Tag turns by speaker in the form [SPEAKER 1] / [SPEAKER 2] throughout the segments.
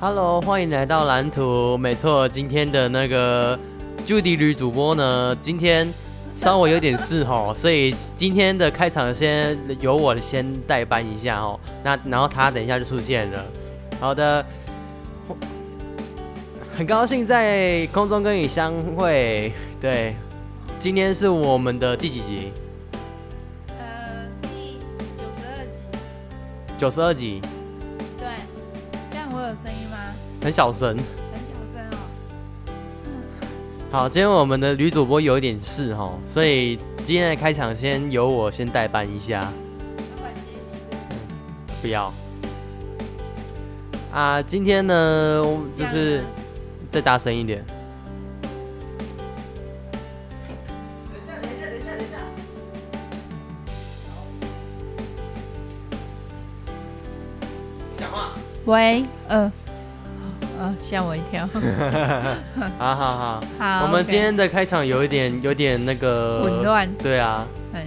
[SPEAKER 1] Hello，欢迎来到蓝图。没错，今天的那个 Judy 女主播呢，今天稍微有点事吼， 所以今天的开场先由我先代班一下哦。那然后她等一下就出现了。好的，很高兴在空中跟你相会。对，今天是我们的第几集？
[SPEAKER 2] 呃，第九十二集，
[SPEAKER 1] 九十二集，
[SPEAKER 2] 对，这样我有声音吗？
[SPEAKER 1] 很小声。
[SPEAKER 2] 很小声哦。
[SPEAKER 1] 好，今天我们的女主播有一点事哦，所以今天的开场先由我先代班一下。
[SPEAKER 2] 老板接你，
[SPEAKER 1] 不要。啊，今天呢，我
[SPEAKER 2] 这
[SPEAKER 1] 就
[SPEAKER 2] 样
[SPEAKER 1] 是
[SPEAKER 2] 吗
[SPEAKER 1] 再大声一点。
[SPEAKER 2] 喂，呃，呃，吓我一 跳。
[SPEAKER 1] 好啊好好，
[SPEAKER 2] 嗯好，
[SPEAKER 1] 我们
[SPEAKER 2] OK
[SPEAKER 1] 今天的呃开场有一点有点那个
[SPEAKER 2] 混。乱，
[SPEAKER 1] 对啊，
[SPEAKER 2] 嗯，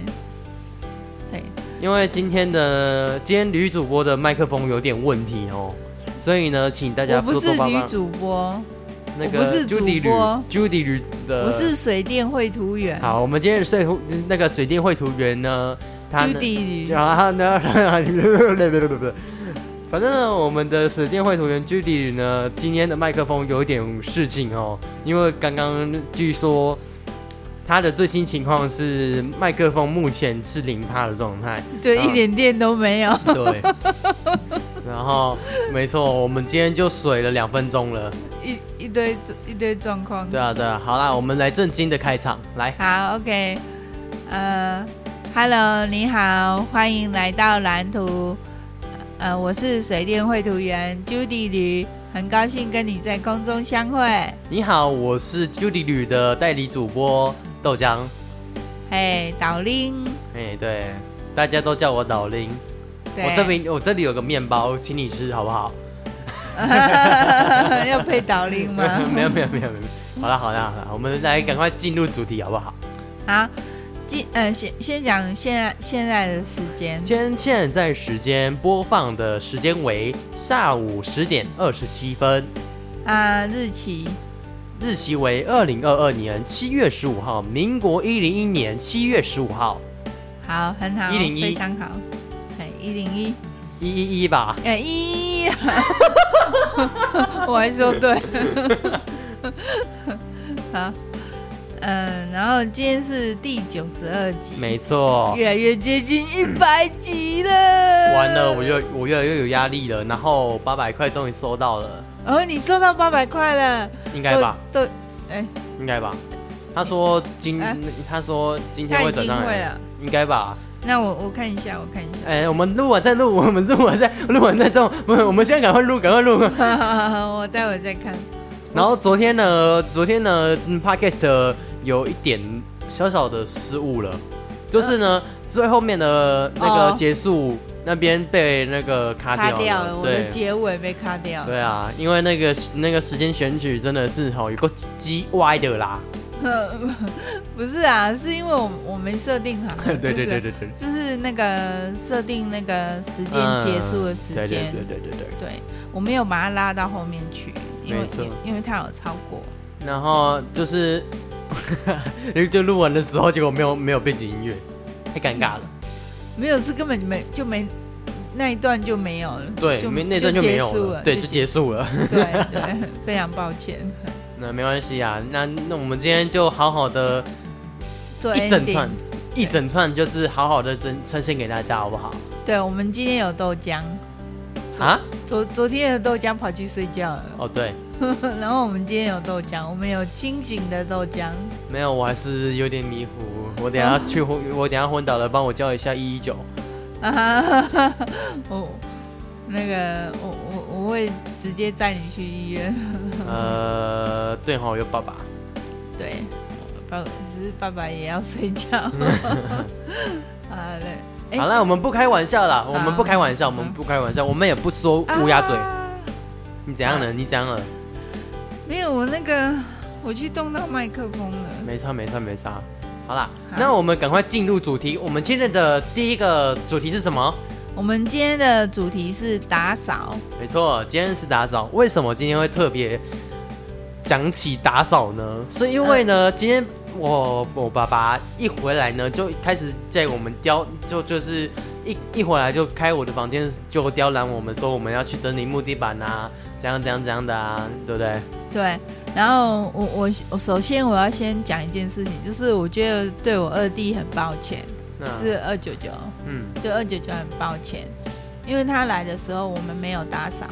[SPEAKER 2] 对，
[SPEAKER 1] 因为今天的今天女主播的麦克风有点问题哦，所以呢，请大家
[SPEAKER 2] 我不
[SPEAKER 1] 多
[SPEAKER 2] 是
[SPEAKER 1] 多帮
[SPEAKER 2] 女
[SPEAKER 1] 忙。
[SPEAKER 2] 主播，
[SPEAKER 1] 那
[SPEAKER 2] 我不
[SPEAKER 1] 个
[SPEAKER 2] 是主
[SPEAKER 1] Judy
[SPEAKER 2] 播
[SPEAKER 1] 吕 Judy 吕的
[SPEAKER 2] 我是水电绘图员。
[SPEAKER 1] 呃好，我们今天的水那个水电绘图员呢，他呢
[SPEAKER 2] ，Judy
[SPEAKER 1] 然后他呢， 反正呢，我们的水电绘图员 Judy 呢，今天的麦克风有一点事情哦，因为刚刚据说他的最新情况是麦克风目前是零趴的状态，
[SPEAKER 2] 就
[SPEAKER 1] 啊
[SPEAKER 2] 一点电都没有。
[SPEAKER 1] 对。 然后没错，我们今天就水了两分钟了。
[SPEAKER 2] 一一堆一堆状况。
[SPEAKER 1] 对啊，对啊，好啦，我们来正经的开场，来，
[SPEAKER 2] 好，OK，呃，Hello，你好，欢迎来到蓝图，呃，我是水电绘图员 Judy 驴，很高兴跟你在空中相会。
[SPEAKER 1] 你好，我是 Judy 旅的代理主播豆浆，
[SPEAKER 2] 嘿，导令，
[SPEAKER 1] 哎，对，大家都叫我导林。
[SPEAKER 2] 对，
[SPEAKER 1] 我这 边我这里有个面包，请你吃好不好？
[SPEAKER 2] 要配导令吗？
[SPEAKER 1] 没有没有没有没有。 好了好了好了，我们来赶快进入主题好不好？
[SPEAKER 2] 好，今呃先先讲现在现在的时间，
[SPEAKER 1] 今天现在时间播放的时间为下午十点二十七分，
[SPEAKER 2] 啊、日期，
[SPEAKER 1] 日期为二零二二年七月十五号，民国一零一年七月十五号，
[SPEAKER 2] 好，很好，
[SPEAKER 1] 101
[SPEAKER 2] 非常好，哎，一零一。
[SPEAKER 1] 一一一吧？
[SPEAKER 2] 哎、一， 我还说对， 好，嗯，然后今天是第九十二集，
[SPEAKER 1] 没错。
[SPEAKER 2] 越来越接近一百集了。
[SPEAKER 1] 完了，我又我越来越有压力了。然后八百块终于收到了，
[SPEAKER 2] 哦，你收到八百块了，
[SPEAKER 1] 应该
[SPEAKER 2] 都
[SPEAKER 1] 吧？
[SPEAKER 2] 都，哎、
[SPEAKER 1] 应该吧？他说今
[SPEAKER 2] 哎
[SPEAKER 1] 他说今天
[SPEAKER 2] 他
[SPEAKER 1] 会
[SPEAKER 2] 已
[SPEAKER 1] 转
[SPEAKER 2] 经
[SPEAKER 1] 账
[SPEAKER 2] 会
[SPEAKER 1] 来，
[SPEAKER 2] 了。
[SPEAKER 1] 应该吧？
[SPEAKER 2] 那我我看一下，我看一下，
[SPEAKER 1] 哎、我们录完再录，我们录完再录完再中，不是，我们现在赶快录，赶快录。
[SPEAKER 2] 我待会再看。
[SPEAKER 1] 然后昨天呢，昨天呢、嗯、，podcast 有一点小小的失误了，就是呢，最后面的那
[SPEAKER 2] 哦
[SPEAKER 1] 个结束、那边被那个卡掉
[SPEAKER 2] 卡
[SPEAKER 1] 了，
[SPEAKER 2] 掉了，我的
[SPEAKER 1] 对。
[SPEAKER 2] 结尾被卡掉了。
[SPEAKER 1] 对啊，因为那个那个时间选取真的是吼有个鸡歪的 啦，
[SPEAKER 2] 不是啊，是因为我我没设定好。
[SPEAKER 1] 对对
[SPEAKER 2] 就是
[SPEAKER 1] 对对对，
[SPEAKER 2] 就是那个设定那个时间
[SPEAKER 1] 嗯
[SPEAKER 2] 结束的时
[SPEAKER 1] 对对
[SPEAKER 2] 间，
[SPEAKER 1] 对对对对。
[SPEAKER 2] 对我没有把它拉到后面去，因为
[SPEAKER 1] 没错
[SPEAKER 2] 因为它有超过，
[SPEAKER 1] 然后就是， 就录完的时候，结果没有没有背景音乐，太尴尬了。
[SPEAKER 2] 没有是根本没就没那一段就没有了，
[SPEAKER 1] 对，
[SPEAKER 2] 就
[SPEAKER 1] 没那段就没有
[SPEAKER 2] 结束了，
[SPEAKER 1] 对，就结束了。
[SPEAKER 2] 对对，非常抱歉，
[SPEAKER 1] 那没关系啊，那那我们今天就好好的
[SPEAKER 2] 做
[SPEAKER 1] 一整
[SPEAKER 2] ending
[SPEAKER 1] 串。，一整串就是好好的呈呈现给大家，好不好？
[SPEAKER 2] 对，我们今天有豆浆，
[SPEAKER 1] 啊？
[SPEAKER 2] 昨昨天的豆浆跑去睡觉了，
[SPEAKER 1] 哦，对，
[SPEAKER 2] 然后我们今天有豆浆，我们有清醒的豆浆，
[SPEAKER 1] 没有，我还是有点迷糊。我等一下去昏，我等一下昏倒了，帮我叫一下一一 九。
[SPEAKER 2] 啊，我那个我我我会直接载你去医院。
[SPEAKER 1] 呃，对吼，有爸爸。
[SPEAKER 2] 对，爸只是爸爸也要睡觉。
[SPEAKER 1] 嗯
[SPEAKER 2] 啊，对，哎
[SPEAKER 1] 好了，我们不开玩笑啦，我们不开玩笑，我
[SPEAKER 2] 好
[SPEAKER 1] 们不开玩笑，我们也不说乌鸦嘴。
[SPEAKER 2] 啊
[SPEAKER 1] 你怎样了？你怎样了？
[SPEAKER 2] 没有，我那个我去动到麦克风了。
[SPEAKER 1] 没差，没差，没差。好啦
[SPEAKER 2] 好，
[SPEAKER 1] 那我们赶快进入主题。我们今天的第一个主题是什么？
[SPEAKER 2] 我们今天的主题是打扫，
[SPEAKER 1] 没错，今天是打扫。为什么今天会特别讲起打扫呢？是因为呢，今天我我爸爸一回来呢，就开始在我们刁，就就是一一回来就开我的房间，就刁难我们说我们要去整理木地板啊，怎样怎样怎样的啊，对不对？
[SPEAKER 2] 对。然后我我我首先我要先讲一件事情，就是我觉得对我二弟很抱歉，
[SPEAKER 1] 那
[SPEAKER 2] 是二九九，
[SPEAKER 1] 嗯，
[SPEAKER 2] 对二九九很抱歉，因为他来的时候我们没有打扫，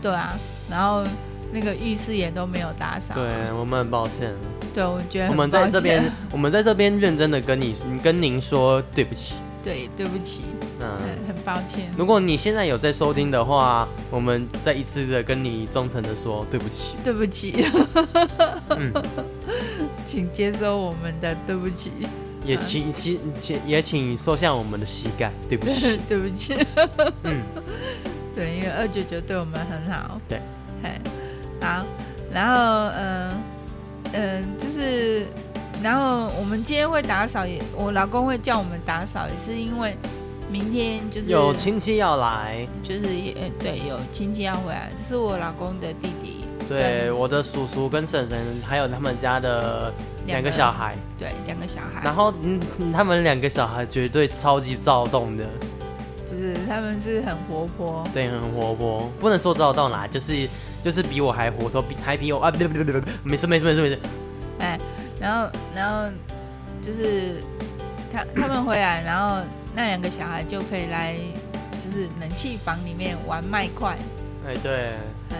[SPEAKER 2] 对啊，然后那个浴室也都没有打扫，
[SPEAKER 1] 对啊我们很抱歉，
[SPEAKER 2] 对，我觉得很
[SPEAKER 1] 我们
[SPEAKER 2] 抱
[SPEAKER 1] 在
[SPEAKER 2] 歉
[SPEAKER 1] 这边，我们在这边认真的跟你跟您说对不起，
[SPEAKER 2] 对对不起，
[SPEAKER 1] 嗯。
[SPEAKER 2] 很很抱歉，
[SPEAKER 1] 如果你现在有在收听的话，我们再一次的跟你忠诚的说对不起。
[SPEAKER 2] 对不起，
[SPEAKER 1] 嗯，
[SPEAKER 2] 请接收我们的对不起，
[SPEAKER 1] 也请请请也请收下我们的膝盖，对不 起。
[SPEAKER 2] 对不起。
[SPEAKER 1] 嗯，
[SPEAKER 2] 对，因为二九九对我们很好。
[SPEAKER 1] 对，
[SPEAKER 2] 嘿，好，然后嗯嗯、呃就是，然后我们今天会打扫也，我老公会叫我们打扫，也是因为明天就是
[SPEAKER 1] 有亲戚要来，
[SPEAKER 2] 就是也呃对有亲戚要回来，这是我老公的弟弟，
[SPEAKER 1] 对，我的叔叔跟婶婶，还有他们家的两个小，孩，
[SPEAKER 2] 对，两个小孩，
[SPEAKER 1] 然后嗯，他们两个小孩绝对超级躁动的，
[SPEAKER 2] 不是他们是很活泼，
[SPEAKER 1] 对，很活泼，不能说躁动啦，就是就是比我还活泼，比还比我啊，不不不不，没事没事没事没事，
[SPEAKER 2] 哎，然后然后就是他他们回来，然后那两个小孩就可以来，就是冷气房里面玩麦块，
[SPEAKER 1] 哎 对，
[SPEAKER 2] 哎，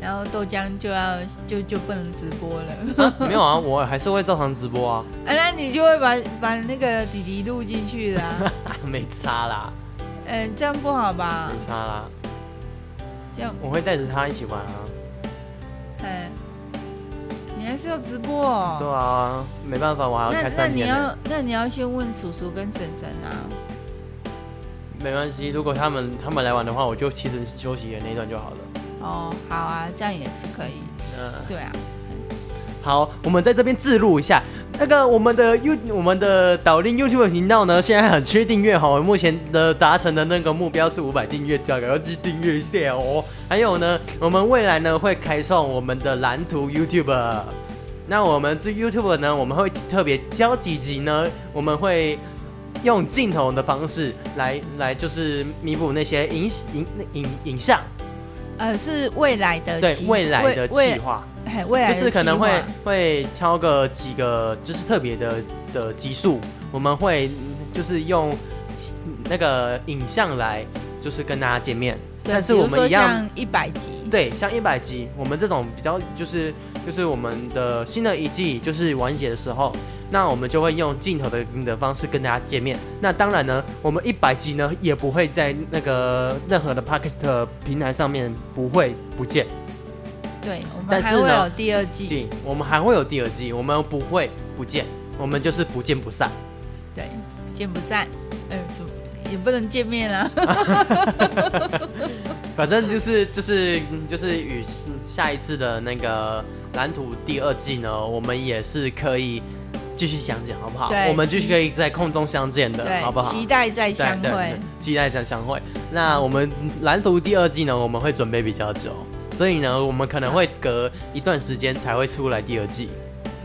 [SPEAKER 2] 然后豆浆就要就就不能直播了，
[SPEAKER 1] 啊没有啊，我还是会照常直播啊。
[SPEAKER 2] 啊，那你就会把把那个弟弟录进去的、啊，
[SPEAKER 1] 没差啦，
[SPEAKER 2] 嗯、这样不好吧
[SPEAKER 1] 没？差啦，
[SPEAKER 2] 这样，
[SPEAKER 1] 我会带着他一起玩啊。
[SPEAKER 2] 哎，你还是要直播
[SPEAKER 1] 对
[SPEAKER 2] 哦。
[SPEAKER 1] 啊，没办法，我还要
[SPEAKER 2] 那
[SPEAKER 1] 开
[SPEAKER 2] 那
[SPEAKER 1] 三
[SPEAKER 2] 你
[SPEAKER 1] 天呢。
[SPEAKER 2] 要那你要先问叔叔跟婶婶啊，
[SPEAKER 1] 没关系，如果他们他们来玩的话，我就其实休息的那一段就好了。
[SPEAKER 2] 哦，好啊，这样也是可以，
[SPEAKER 1] 嗯、
[SPEAKER 2] 对啊。
[SPEAKER 1] 好，我们在这边自录一下。那个我们的 You 我们的导令 YouTube 频道呢，现在很缺订阅哈，我目前的达成的那个目标是五百订阅，大家要去订阅一下哦。还有呢，我们未来呢会开创我们的蓝图 YouTube。那我们这 YouTube 呢，我们会特别挑几集呢，我们会用镜头的方式来来就是弥补那些影影影影像，
[SPEAKER 2] 呃，是未来的
[SPEAKER 1] 对
[SPEAKER 2] 计
[SPEAKER 1] 未来的
[SPEAKER 2] 未
[SPEAKER 1] 计划。
[SPEAKER 2] 未哎未来
[SPEAKER 1] 就
[SPEAKER 2] 的
[SPEAKER 1] 是可能
[SPEAKER 2] 计划
[SPEAKER 1] 会会挑个几个就是特别的的集数，我们会嗯就是用嗯那个影像来就是跟大家见面。
[SPEAKER 2] 对
[SPEAKER 1] 但是我
[SPEAKER 2] 比如说
[SPEAKER 1] 们一样，
[SPEAKER 2] 像一百集，
[SPEAKER 1] 对，像一百集，我们这种比较就是就是我们的新的一季就是完结的时候，那我们就会用镜头的的方式跟大家见面。那当然呢，我们一百集呢也不会在那个任何的 Podcast 平台上面不会不见。
[SPEAKER 2] 对，我们
[SPEAKER 1] 但
[SPEAKER 2] 还
[SPEAKER 1] 是
[SPEAKER 2] 会
[SPEAKER 1] 呢
[SPEAKER 2] 有第二季，
[SPEAKER 1] 季，我们还会有第二季，我们不会不见，我们就是不见不散。
[SPEAKER 2] 对，见不散，呃，怎么也不能见面啊，
[SPEAKER 1] 反正就是就是嗯就是与下一次的那个蓝图第二季呢，我们也是可以继续相见，好不好
[SPEAKER 2] 对？
[SPEAKER 1] 我们继续
[SPEAKER 2] 期
[SPEAKER 1] 可以在空中相见的，
[SPEAKER 2] 对，
[SPEAKER 1] 啊好不好？
[SPEAKER 2] 期待再
[SPEAKER 1] 对
[SPEAKER 2] 相，
[SPEAKER 1] 对
[SPEAKER 2] 会
[SPEAKER 1] 对，期待再相会。那我们蓝图第二季呢，我们会准备比较久，所以呢，我们可能会隔一段时间才会出来第二季。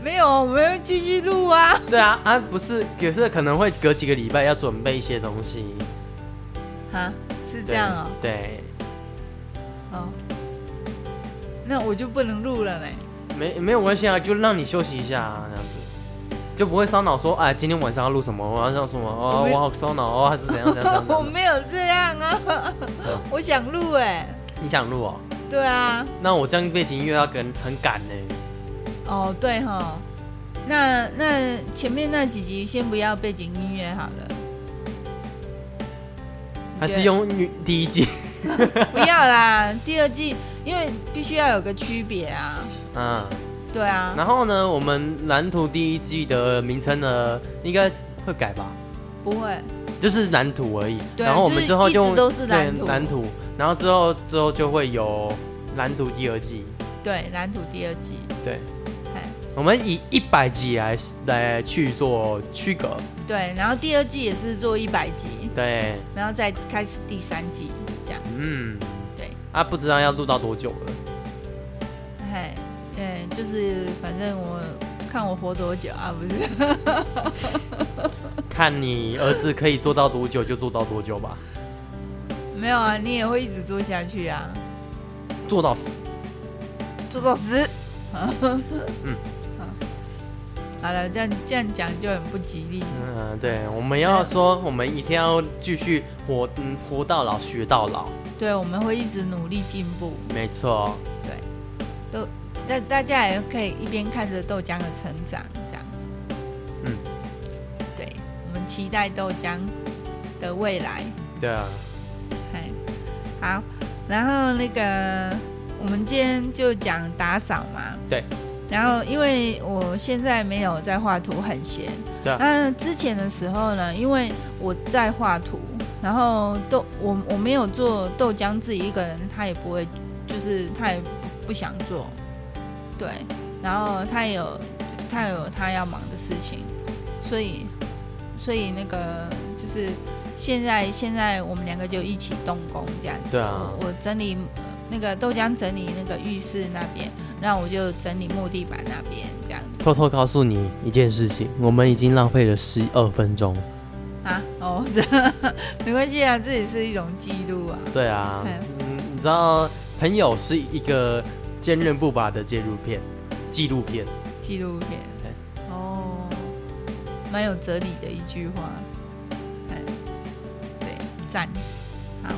[SPEAKER 2] 没有，我们要继续录啊，
[SPEAKER 1] 对啊，啊不是，可是可能会隔几个礼拜要准备一些东西。
[SPEAKER 2] 哈，是这
[SPEAKER 1] 对
[SPEAKER 2] 样哦，
[SPEAKER 1] 对。
[SPEAKER 2] 哦，那我就不能录了嘞，
[SPEAKER 1] 没没有关系啊，就让你休息一下、啊，这样子就不会烧脑说，哎，今天晚上要录什么，我要上什么，
[SPEAKER 2] 我
[SPEAKER 1] 哦，
[SPEAKER 2] 没
[SPEAKER 1] 我好烧脑哦，还是怎样怎样怎
[SPEAKER 2] 我
[SPEAKER 1] 样。
[SPEAKER 2] 没有这样啊，
[SPEAKER 1] 嗯
[SPEAKER 2] 我想录哎，
[SPEAKER 1] 你想录哦？
[SPEAKER 2] 对啊，
[SPEAKER 1] 那我这样背景音乐要跟很赶呢、
[SPEAKER 2] 哦，对哈，那那前面那几集先不要背景音乐好了，
[SPEAKER 1] 还是用女第一季？
[SPEAKER 2] 不要啦，第二季因为必须要有个区别啊，
[SPEAKER 1] 嗯，
[SPEAKER 2] 对啊，
[SPEAKER 1] 然后呢，我们蓝图第一季的名称呢，应该会改吧，
[SPEAKER 2] 不会，
[SPEAKER 1] 就是蓝图而已。
[SPEAKER 2] 对啊
[SPEAKER 1] 然后我们之后
[SPEAKER 2] 就
[SPEAKER 1] 就
[SPEAKER 2] 是一直都是蓝
[SPEAKER 1] 对
[SPEAKER 2] 图
[SPEAKER 1] 蓝图，然后之后之后就会有蓝图第二季，
[SPEAKER 2] 对，蓝图第二季，
[SPEAKER 1] 对。
[SPEAKER 2] 哎，
[SPEAKER 1] 我们以一百集来来去做区隔，
[SPEAKER 2] 对，然后第二季也是做一百集，
[SPEAKER 1] 对，
[SPEAKER 2] 然后再开始第三季这样。
[SPEAKER 1] 嗯，
[SPEAKER 2] 对，
[SPEAKER 1] 啊，不知道要录到多久了，
[SPEAKER 2] 哎，对，就是反正我看我活多久啊，不是？
[SPEAKER 1] 看你儿子可以做到多久就做到多久吧，
[SPEAKER 2] 没有啊，你也会一直做下去啊，
[SPEAKER 1] 做到死。
[SPEAKER 2] 做到死。
[SPEAKER 1] 嗯
[SPEAKER 2] 嗯，好了，这样这样讲就很不吉利。
[SPEAKER 1] 嗯，对，我们要说，我们一定要继续活，嗯，活到老，学到老，
[SPEAKER 2] 对，我们会一直努力进步。
[SPEAKER 1] 没错。
[SPEAKER 2] 但大家也可以一边看着豆浆的成长，这样。
[SPEAKER 1] 嗯，
[SPEAKER 2] 对，我们期待豆浆的未来。
[SPEAKER 1] 对啊，
[SPEAKER 2] 哎，好，然后那个我们今天就讲打扫嘛。
[SPEAKER 1] 对。
[SPEAKER 2] 然后，因为我现在没有在画图，很闲。
[SPEAKER 1] 对啊
[SPEAKER 2] 那之前的时候呢，因为我在画图，然后豆我我没有做豆浆自己一个人，他也不会，就是他也不想做。对。然后他也有他有他要忙的事情，所以所以那个就是现在现在我们两个就一起动工这样子。
[SPEAKER 1] 对啊
[SPEAKER 2] 我我整理呃那个豆浆整理那个浴室那边，然后我就整理木地板那边这样子
[SPEAKER 1] 偷偷告诉你一件事情，我们已经浪费了十二分钟。
[SPEAKER 2] 啊。哦， 这没关系啊，这也是一种记录啊。
[SPEAKER 1] 对啊，
[SPEAKER 2] 对
[SPEAKER 1] 嗯，你知道，朋友是一个坚韧不拔的纪录片，纪录片。
[SPEAKER 2] 纪录片。哦，蛮有哲理的一句话。哎，对，赞，好。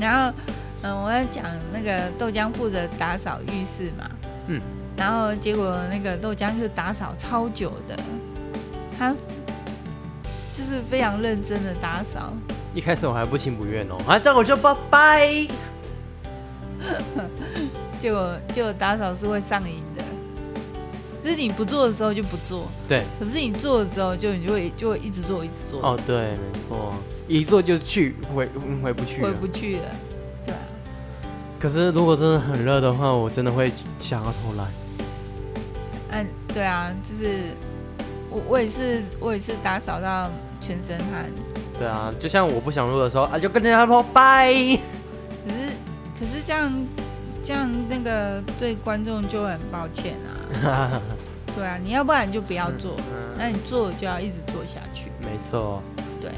[SPEAKER 2] 然后，嗯，我要讲那个豆浆负责打扫浴室嘛。
[SPEAKER 1] 嗯。
[SPEAKER 2] 然后结果那个豆浆就打扫超久的，他就是非常认真的打扫。
[SPEAKER 1] 一开始我还不情不愿哦，啊，这样我就拜拜。
[SPEAKER 2] 结果结果打扫是会上瘾的，就是你不做的时候就不做，
[SPEAKER 1] 对，
[SPEAKER 2] 可是你做了之后就你就会就会一直做一直做。
[SPEAKER 1] 哦，对，没错，一坐就去，回嗯回不去
[SPEAKER 2] 回
[SPEAKER 1] 了。
[SPEAKER 2] 不去了。对啊，
[SPEAKER 1] 可是如果真的很热的话，我真的会想要偷懒。
[SPEAKER 2] 嗯，对啊，就是我我也是我也是打扫到全身汗，
[SPEAKER 1] 对啊，就像我不想录的时候啊，就跟人家说拜。
[SPEAKER 2] 可是可是这样这样那个对观众就很抱歉啊。 对啊，你要不然你就不要做，
[SPEAKER 1] 嗯
[SPEAKER 2] 那你做就要一直做下去。
[SPEAKER 1] 没错，
[SPEAKER 2] 对，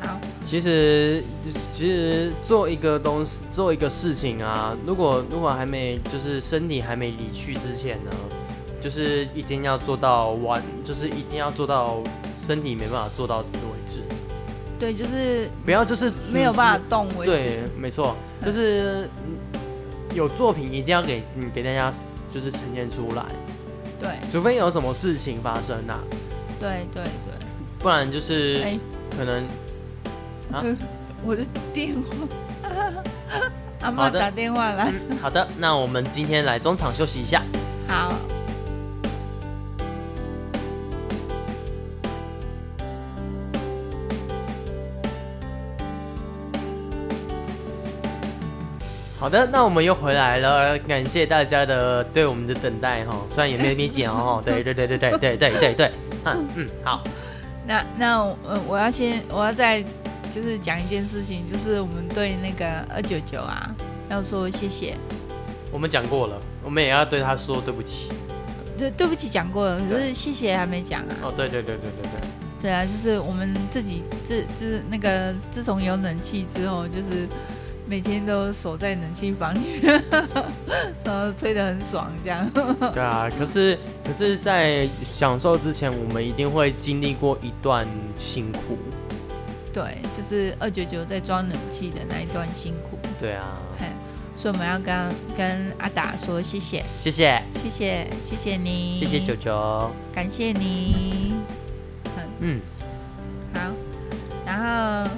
[SPEAKER 2] 好，
[SPEAKER 1] 其实其实做一个东西，做一个事情啊，如果如果还没就是身体还没离去之前呢，就是一定要做到完，就是一定要做到身体没办法做到为止，
[SPEAKER 2] 对，就是
[SPEAKER 1] 不要就是
[SPEAKER 2] 没有办法动为
[SPEAKER 1] 对
[SPEAKER 2] 止。，
[SPEAKER 1] 没错，
[SPEAKER 2] 嗯
[SPEAKER 1] 就是嗯有作品一定要给嗯给大家就是呈现出来，
[SPEAKER 2] 对
[SPEAKER 1] 除非有什么事情发生啊，
[SPEAKER 2] 对对对，
[SPEAKER 1] 不然就是
[SPEAKER 2] 哎
[SPEAKER 1] 可能啊
[SPEAKER 2] 呃我的电话， 阿
[SPEAKER 1] 好
[SPEAKER 2] 妈
[SPEAKER 1] 的
[SPEAKER 2] 打电话来，
[SPEAKER 1] 嗯，好的，那我们今天来中场休息一下。
[SPEAKER 2] 好。
[SPEAKER 1] 好的，那我们又回来了，感谢大家的对我们的等待哈，虽然也没有你讲哦，对对对对对对对对对，嗯嗯，好，
[SPEAKER 2] 那那我呃，我要先我要再就是讲一件事情，就是我们对那个二九九啊，要说谢谢。
[SPEAKER 1] 我们讲过了，我们也要对他说对不起。
[SPEAKER 2] 对，对不起，讲过了，可
[SPEAKER 1] 对
[SPEAKER 2] 是谢谢还没讲啊。
[SPEAKER 1] 哦，对对对对对对，
[SPEAKER 2] 对啊，就是我们自己自自那个自从有冷气之后，就是每天都守在冷气房里面， 然后吹得很爽，这样。
[SPEAKER 1] 对啊，可是可是在享受之前，我们一定会经历过一段辛苦，
[SPEAKER 2] 对，就是二九九在装冷气的那一段辛苦，
[SPEAKER 1] 对啊，
[SPEAKER 2] 所以我们要跟跟阿达说谢谢，
[SPEAKER 1] 谢谢
[SPEAKER 2] 谢谢，谢谢你，
[SPEAKER 1] 谢谢九九，
[SPEAKER 2] 感谢你。
[SPEAKER 1] 嗯，
[SPEAKER 2] 好，然后，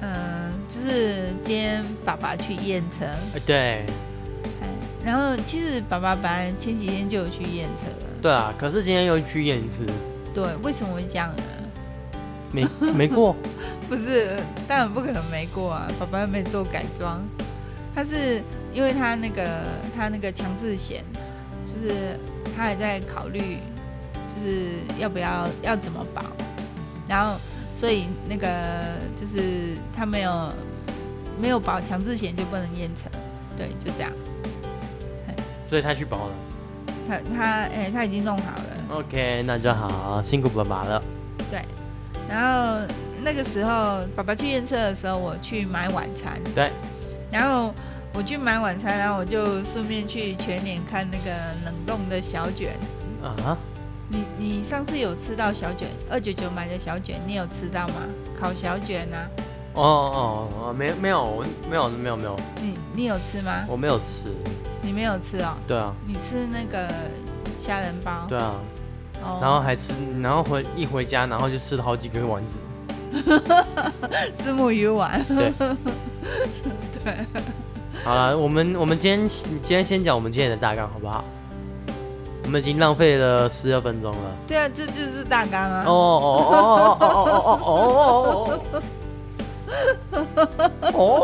[SPEAKER 2] 嗯、就是今天爸爸去验车，
[SPEAKER 1] 呃对
[SPEAKER 2] 哎然后其实爸爸本来前几天就有去验车了。
[SPEAKER 1] 对啊，可是今天又去验一次，
[SPEAKER 2] 对，为什么会这样呢？
[SPEAKER 1] 没没过，
[SPEAKER 2] 不是，当然不可能没过啊，爸爸又没做改装，他是因为他那个他那个强制险，就是他还在考虑，就是要不要要怎么保，然后所以那个就是他没有没有保强制险就不能验成，对，就这样。
[SPEAKER 1] 所以他去保了。
[SPEAKER 2] 他他哎、他已经弄好了，
[SPEAKER 1] OK，那就好，辛苦爸爸了。
[SPEAKER 2] 对。然后那个时候爸爸去验车的时候，我去买晚餐，
[SPEAKER 1] 对，
[SPEAKER 2] 然后我去买晚餐，然后我就顺便去全脸看那个冷冻的小卷。
[SPEAKER 1] 啊，
[SPEAKER 2] 你你上次有吃到小卷，二九九买的小卷，你有吃到吗？烤小卷啊，
[SPEAKER 1] 哦哦哦，没没有我没有没有没有，
[SPEAKER 2] 你你有吃吗？
[SPEAKER 1] 我没有吃。
[SPEAKER 2] 你没有吃哦，
[SPEAKER 1] 对啊，
[SPEAKER 2] 你吃那个虾仁包，
[SPEAKER 1] 对啊，
[SPEAKER 2] 哦，
[SPEAKER 1] 然后还吃，然后回一回家，然后就吃了好几根丸子。
[SPEAKER 2] 是木鱼丸，
[SPEAKER 1] 好了，我们我们今天今天先讲我们今天的大纲好不好？我们已经浪费了十二分钟了。
[SPEAKER 2] 对啊，这就是大纲啊。
[SPEAKER 1] 哦哦哦哦哦哦哦哦哦哦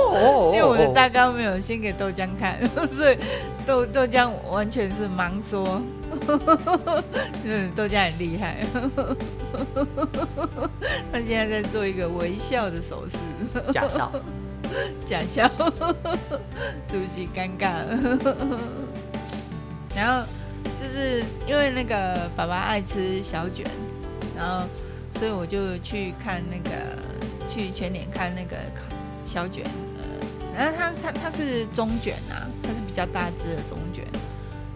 [SPEAKER 1] 哦！
[SPEAKER 2] 因为我的大纲没有先给豆浆看， 所以豆豆浆完全是盲说。 嗯，豆浆很厉害， 他现在在做一个微笑的手势，
[SPEAKER 1] 假笑。
[SPEAKER 2] 假笑， 对不起，尴尬了。 然后就是因为那个爸爸爱吃小卷，然后所以我就去看那个去全脸看那个烤小卷，呃，然后它它它是中卷啊，它是比较大只的中卷，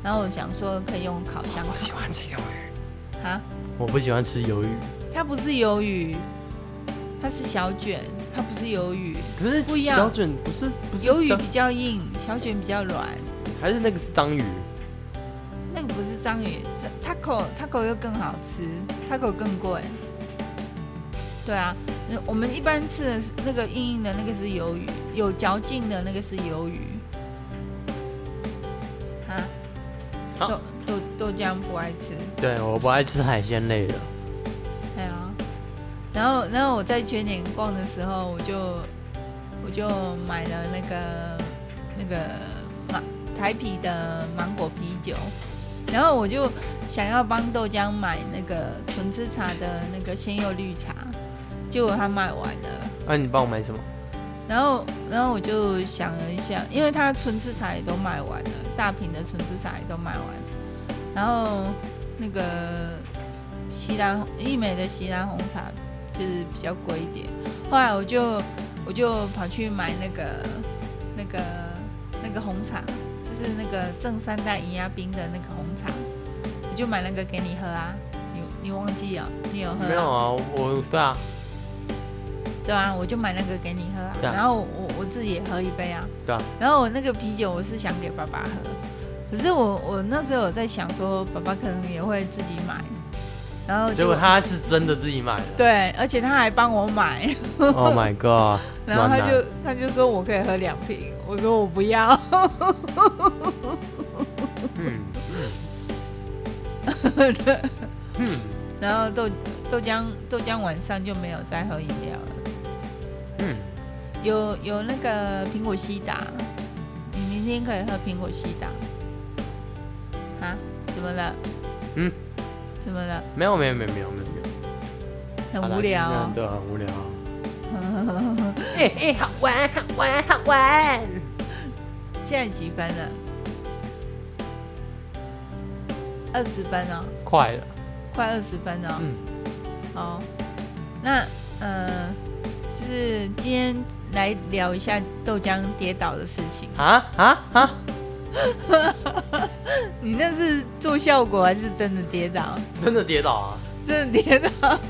[SPEAKER 2] 然后我想说可以用烤箱
[SPEAKER 1] 我喜欢吃鱿鱼，
[SPEAKER 2] 烤啊，
[SPEAKER 1] 我不喜欢吃鱿鱼。
[SPEAKER 2] 它不是鱿鱼，它是小卷，它不是鱿鱼，
[SPEAKER 1] 可是
[SPEAKER 2] 不一样
[SPEAKER 1] 小卷不是不是
[SPEAKER 2] 鱿鱼
[SPEAKER 1] 章
[SPEAKER 2] 比较硬，小卷比较软。
[SPEAKER 1] 还是那个是章鱼？
[SPEAKER 2] 那个不是章鱼这，taco taco 又更好吃，taco 更贵。对啊，嗯我们一般吃的是那个硬硬的那个是鱿鱼，有嚼劲的那个是鱿鱼。啊，
[SPEAKER 1] 好
[SPEAKER 2] 豆豆豆浆不爱吃，
[SPEAKER 1] 对，我不爱吃海鲜类的。
[SPEAKER 2] 对啊。然后然后我在全年逛的时候，我就我就买了那个那个芒台啤的芒果啤酒，然后我就想要帮豆浆买那个纯吃茶的那个鲜柚绿茶，结果它卖完了。
[SPEAKER 1] 那、你帮我买什么？
[SPEAKER 2] 然后，然后我就想了一下，因为它纯吃茶也都卖完了，大瓶的纯吃茶也都卖完了，然后那个西兰一美的西兰红茶就是比较贵一点。后来我就我就跑去买那个那个那个红茶，就是那个正三代银压冰的那个红茶，我就买那个给你喝啊。你你忘记了？你有喝、啊？
[SPEAKER 1] 没有啊，我对啊，
[SPEAKER 2] 对啊，我就买那个给你喝啊，
[SPEAKER 1] 对啊
[SPEAKER 2] 然后我我自己也喝一杯啊。
[SPEAKER 1] 对啊。
[SPEAKER 2] 然后我那个啤酒我是想给爸爸喝，可是我我那时候有在想说，爸爸可能也会自己买，然后
[SPEAKER 1] 结果他是真的自己买的。
[SPEAKER 2] 对，而且他还帮我买，
[SPEAKER 1] Oh my god！
[SPEAKER 2] 然后
[SPEAKER 1] 暖
[SPEAKER 2] 他
[SPEAKER 1] 男
[SPEAKER 2] 就他就说我可以喝两瓶，我说我不要，
[SPEAKER 1] 嗯嗯
[SPEAKER 2] 然后豆豆浆豆浆晚上就没有再喝饮料了。
[SPEAKER 1] 嗯，
[SPEAKER 2] 有有那个苹果西打，你明天可以喝苹果西打。啊？怎么了？
[SPEAKER 1] 嗯？
[SPEAKER 2] 怎么了？
[SPEAKER 1] 没有没有没有没有没有没有，好
[SPEAKER 2] 很
[SPEAKER 1] 啦
[SPEAKER 2] 无聊、
[SPEAKER 1] 今天
[SPEAKER 2] 哦。
[SPEAKER 1] 对啊，很无聊啊。
[SPEAKER 2] 哎哎、好玩，好玩，好玩。现在几分了？二十分哦，
[SPEAKER 1] 快了，
[SPEAKER 2] 快二十分哦。
[SPEAKER 1] 嗯，
[SPEAKER 2] 哦，那呃，就是今天来聊一下豆浆跌倒的事情。
[SPEAKER 1] 啊啊啊！
[SPEAKER 2] 你那是做效果还是真的跌倒？
[SPEAKER 1] 真的跌倒啊？
[SPEAKER 2] 真的跌倒？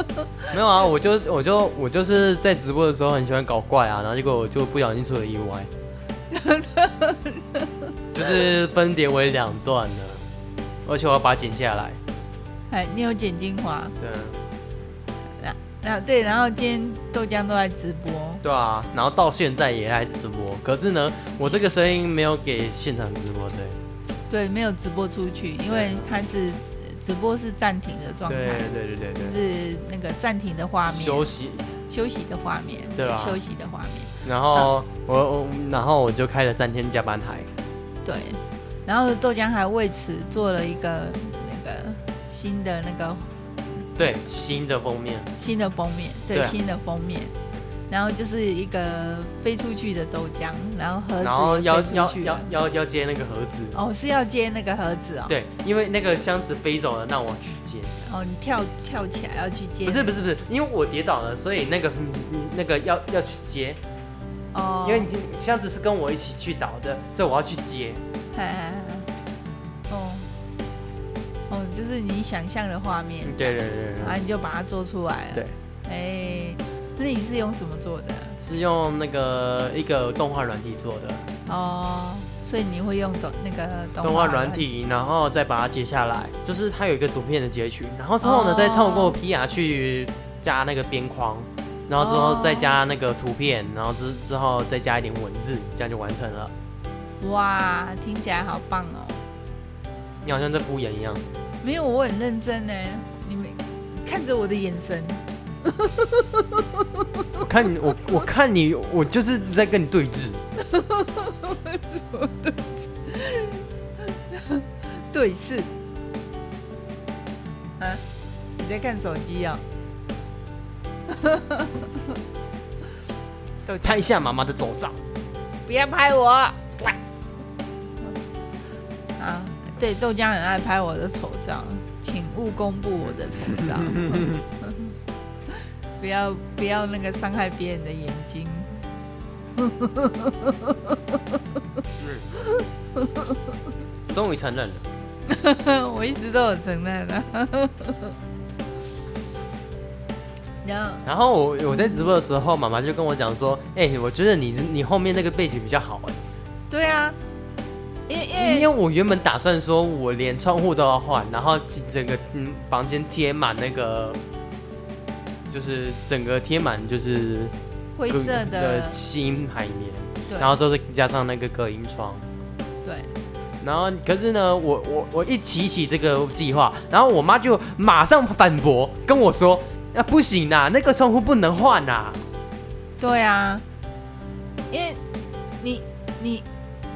[SPEAKER 1] 没有啊，我就我就我就是在直播的时候很喜欢搞怪啊，然后结果我就不小心出了意 外，就是分别为两段了，而且我要把它剪下来。
[SPEAKER 2] 哎，你有剪精华？
[SPEAKER 1] 对啊，
[SPEAKER 2] 那那对，然后今天豆浆都在直播，
[SPEAKER 1] 对啊，然后到现在也还是直播，可是呢，我这个声音没有给现场直播对，
[SPEAKER 2] 对，没有直播出去，因为它是直播是暂停的状
[SPEAKER 1] 对
[SPEAKER 2] 态，
[SPEAKER 1] 对对对对，
[SPEAKER 2] 就是那个暂停的画面，
[SPEAKER 1] 休息，
[SPEAKER 2] 休息的画面，
[SPEAKER 1] 对啊
[SPEAKER 2] 休息的画面，
[SPEAKER 1] 嗯然后我我然后我就开了三天加班台，
[SPEAKER 2] 对。然后豆浆还为此做了一个那个新的那个
[SPEAKER 1] 对，新的封面，
[SPEAKER 2] 新的封面，对，
[SPEAKER 1] 对啊
[SPEAKER 2] 新的封面。然后就是一个飞出去的豆浆，然后盒子
[SPEAKER 1] 然后要
[SPEAKER 2] 也飞出
[SPEAKER 1] 要
[SPEAKER 2] 去
[SPEAKER 1] 要
[SPEAKER 2] 了
[SPEAKER 1] 要要接那个盒子，
[SPEAKER 2] 哦，是要接那个盒子哦。
[SPEAKER 1] 对，因为那个箱子飞走了，那我去接。
[SPEAKER 2] 哦，你跳跳起来要去接那个。
[SPEAKER 1] 不是不是不是，因为我跌倒了，所以那个嗯嗯那个要要去接，
[SPEAKER 2] 哦，
[SPEAKER 1] 因为你箱子是跟我一起去倒的，所以我要去接。
[SPEAKER 2] 哎哎哎哎哦哦，就是你想象的画面。
[SPEAKER 1] 嗯对对对
[SPEAKER 2] 啊，
[SPEAKER 1] 对
[SPEAKER 2] 你就把它做出来了。
[SPEAKER 1] 对，
[SPEAKER 2] 哎，那你是用什么做的？
[SPEAKER 1] 对，是用那个一个动画软体做的，
[SPEAKER 2] 哦，所以你会用动那个
[SPEAKER 1] 动画软。体，然后再把它截下来，就是它有一个图片的截取，然后之后呢，再透过 PR 去加那个边框，然后之后再加那个图片，然后之之后再加一点文字，这样就完成了。
[SPEAKER 2] 哇，听起来好棒哦！
[SPEAKER 1] 你好像在敷衍一样，
[SPEAKER 2] 没有，我很认真呢。你们看着我的眼神，
[SPEAKER 1] 我看你，我我看你，我就是在跟你对峙。
[SPEAKER 2] 对视。啊，你在看手机哦？ 豆浆
[SPEAKER 1] 拍一下妈妈的手掌。
[SPEAKER 2] 不要拍我！啊，对，豆浆很爱拍我的丑照，请勿公布我的丑照， 不要不要那个伤害别人的眼睛。
[SPEAKER 1] 嗯终于承认了，
[SPEAKER 2] 我一直都有承认啊的、 然后
[SPEAKER 1] 然后我我在直播的时候，妈妈就跟我讲说：“哎、我觉得你你后面那个背景比较好哎、
[SPEAKER 2] 对啊，因为因
[SPEAKER 1] 因为
[SPEAKER 2] 为
[SPEAKER 1] 我原本打算说我连窗户都要换，然后整个嗯房间贴满那个，就是整个贴满就是
[SPEAKER 2] 灰色的
[SPEAKER 1] 新海绵，
[SPEAKER 2] 对
[SPEAKER 1] 然后之后再加上那个隔音窗，
[SPEAKER 2] 对，
[SPEAKER 1] 然后可是呢，我我我一提起这个计划，然后我妈就马上反驳跟我说：啊不行啦，那个窗户不能换啊啦。”
[SPEAKER 2] 对啊，因为你你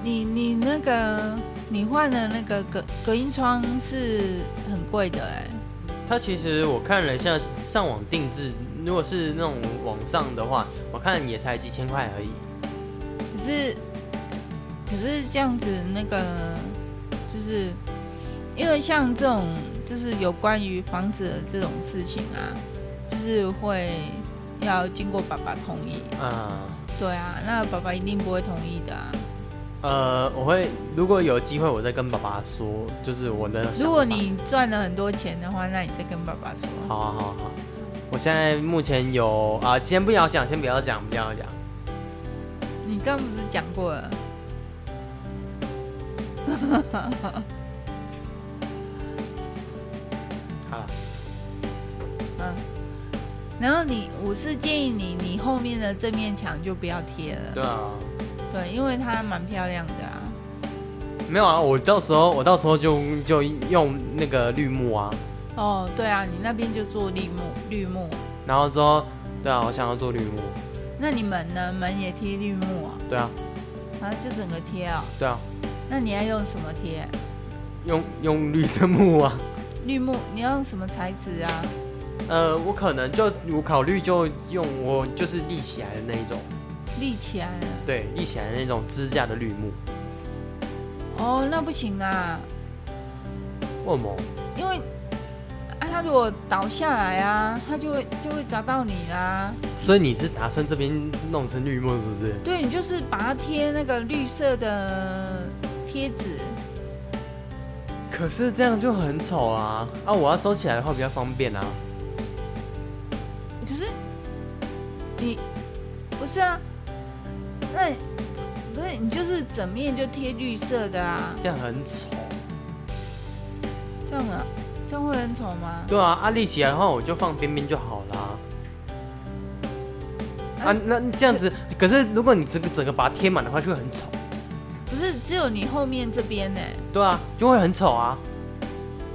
[SPEAKER 2] 你你那个你换的那个隔隔音窗是很贵的哎、
[SPEAKER 1] 它其实我看了一下，上网定制，如果是那种网上的话，我看也才几千块而已。
[SPEAKER 2] 可是可是这样子那个就是因为像这种就是有关于房子的这种事情啊，就是会要经过爸爸同意，
[SPEAKER 1] 嗯，
[SPEAKER 2] 对啊，那爸爸一定不会同意的啊。
[SPEAKER 1] 呃，我会如果有机会，我再跟爸爸说，就是我的想法。
[SPEAKER 2] 如果你赚了很多钱的话，那你再跟爸爸说。
[SPEAKER 1] 好啊好好好，我现在目前有啊、先不要讲，先不要讲，不要讲。
[SPEAKER 2] 你刚不是讲过了？
[SPEAKER 1] 好了，
[SPEAKER 2] 嗯。然后你，我是建议你，你后面的这面墙就不要贴了，
[SPEAKER 1] 对啊，
[SPEAKER 2] 对，因为它蛮漂亮的啊。
[SPEAKER 1] 没有啊，我到时候我到时候就就用那个绿幕啊，
[SPEAKER 2] 哦，对啊，你那边就做绿幕，绿幕。
[SPEAKER 1] 然后之后，对啊，我想要做绿幕，
[SPEAKER 2] 那你门呢？门也贴绿幕啊，
[SPEAKER 1] 对啊，
[SPEAKER 2] 然后就整个贴哦。
[SPEAKER 1] 对啊，
[SPEAKER 2] 那你要用什么贴？
[SPEAKER 1] 用 用绿色幕啊。
[SPEAKER 2] 绿幕你要用什么材质啊？
[SPEAKER 1] 呃，我可能就我考虑就用我就是立起来的那一种，
[SPEAKER 2] 立起来啊了。
[SPEAKER 1] 对，立起来的那种支架的绿幕。
[SPEAKER 2] 哦，那不行啊，
[SPEAKER 1] 为什么？
[SPEAKER 2] 因为啊，它如果倒下来啊，它就会就会砸到你啦、
[SPEAKER 1] 所以你是打算这边弄成绿幕是不是？
[SPEAKER 2] 对，你就是把它贴那个绿色的贴纸，
[SPEAKER 1] 可是这样就很丑啊！啊，我要收起来的话比较方便啊。
[SPEAKER 2] 可是你不是啊？那不是你就是整面就贴绿色的啊？
[SPEAKER 1] 这样很丑。
[SPEAKER 2] 这样啊，这样会很丑吗？
[SPEAKER 1] 对啊，啊立起来的话我就放边边就好啦。啊，那这样子，可是如果你整个整个把它贴满的话，就会很丑。
[SPEAKER 2] 不是，只有你后面这边呢、
[SPEAKER 1] 对啊，就会很丑啊。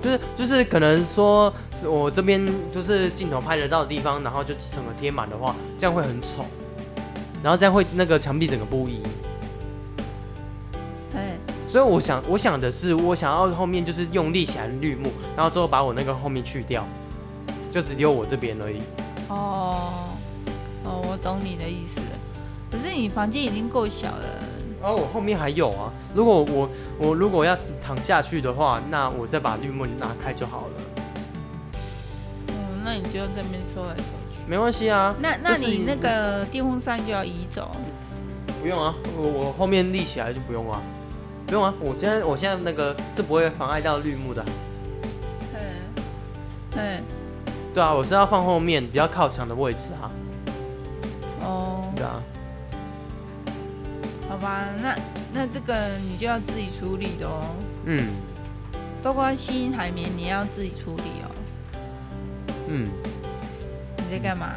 [SPEAKER 1] 就是就是可能说，我这边就是镜头拍得到的地方，然后就整个贴满的话，这样会很丑。然后这样会那个墙壁整个不一，
[SPEAKER 2] 哎，
[SPEAKER 1] 所以我想，我想的是，我想要后面就是用立起来的绿幕，然后之后把我那个后面去掉，就只留我这边而已。
[SPEAKER 2] 哦，哦，我懂你的意思了。可是你房间已经够小了，
[SPEAKER 1] 哦，我后面还有啊。如果我我如果要躺下去的话，那我再把绿幕拿开就好了，
[SPEAKER 2] 嗯，那你就这边说来说去。
[SPEAKER 1] 没关系啊。
[SPEAKER 2] 那那
[SPEAKER 1] 就是
[SPEAKER 2] 你那个电风扇就要移走，
[SPEAKER 1] 不用啊，我我后面立起来就不用啊，不用啊。我现在我现在那个是不会妨碍到绿幕的。啊
[SPEAKER 2] 嗯嗯，
[SPEAKER 1] 对啊，我是要放后面比较靠墙的位置啊。
[SPEAKER 2] 哦，
[SPEAKER 1] 对啊，
[SPEAKER 2] 好吧，那那这个你就要自己处理喽，
[SPEAKER 1] 嗯
[SPEAKER 2] 包括吸音海绵你也要自己处理哦。
[SPEAKER 1] 嗯，
[SPEAKER 2] 你在干嘛？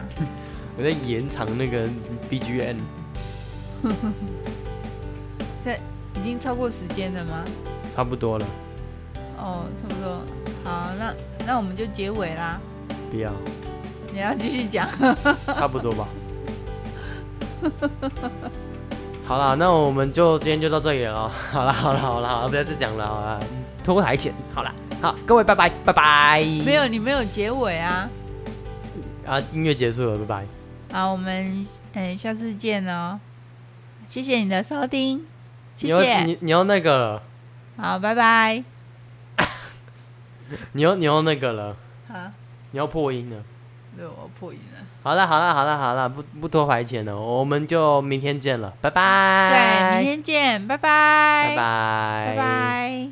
[SPEAKER 1] 我在延长那个 BGM。
[SPEAKER 2] 已经超过时间了吗？
[SPEAKER 1] 差不多了，
[SPEAKER 2] 哦，差不多。好，那那我们就结尾啦。
[SPEAKER 1] 不要，
[SPEAKER 2] 你要继续讲，
[SPEAKER 1] 差不多吧。好啦，那我们就今天就到这里了哦。好啦，好啦，好啦，好啦不要再讲了，好啦，拖台前，好啦，好，各位拜拜，拜拜。
[SPEAKER 2] 没有你没有结尾啊。
[SPEAKER 1] 啊，音乐结束了，拜拜。
[SPEAKER 2] 好，我们嗯、下次见哦。谢谢你的收听，谢
[SPEAKER 1] 你要
[SPEAKER 2] 谢。
[SPEAKER 1] 你你要那个了，
[SPEAKER 2] 好，拜拜。
[SPEAKER 1] 你要你要那个了，
[SPEAKER 2] 好，
[SPEAKER 1] 你要破音了。
[SPEAKER 2] 对我破音了。
[SPEAKER 1] 好了，好了，好了，好了，不不拖台前了，我们就明天见了，拜
[SPEAKER 2] 对，
[SPEAKER 1] 拜。
[SPEAKER 2] 明天见，拜
[SPEAKER 1] 拜
[SPEAKER 2] 拜，
[SPEAKER 1] 拜，
[SPEAKER 2] 拜拜。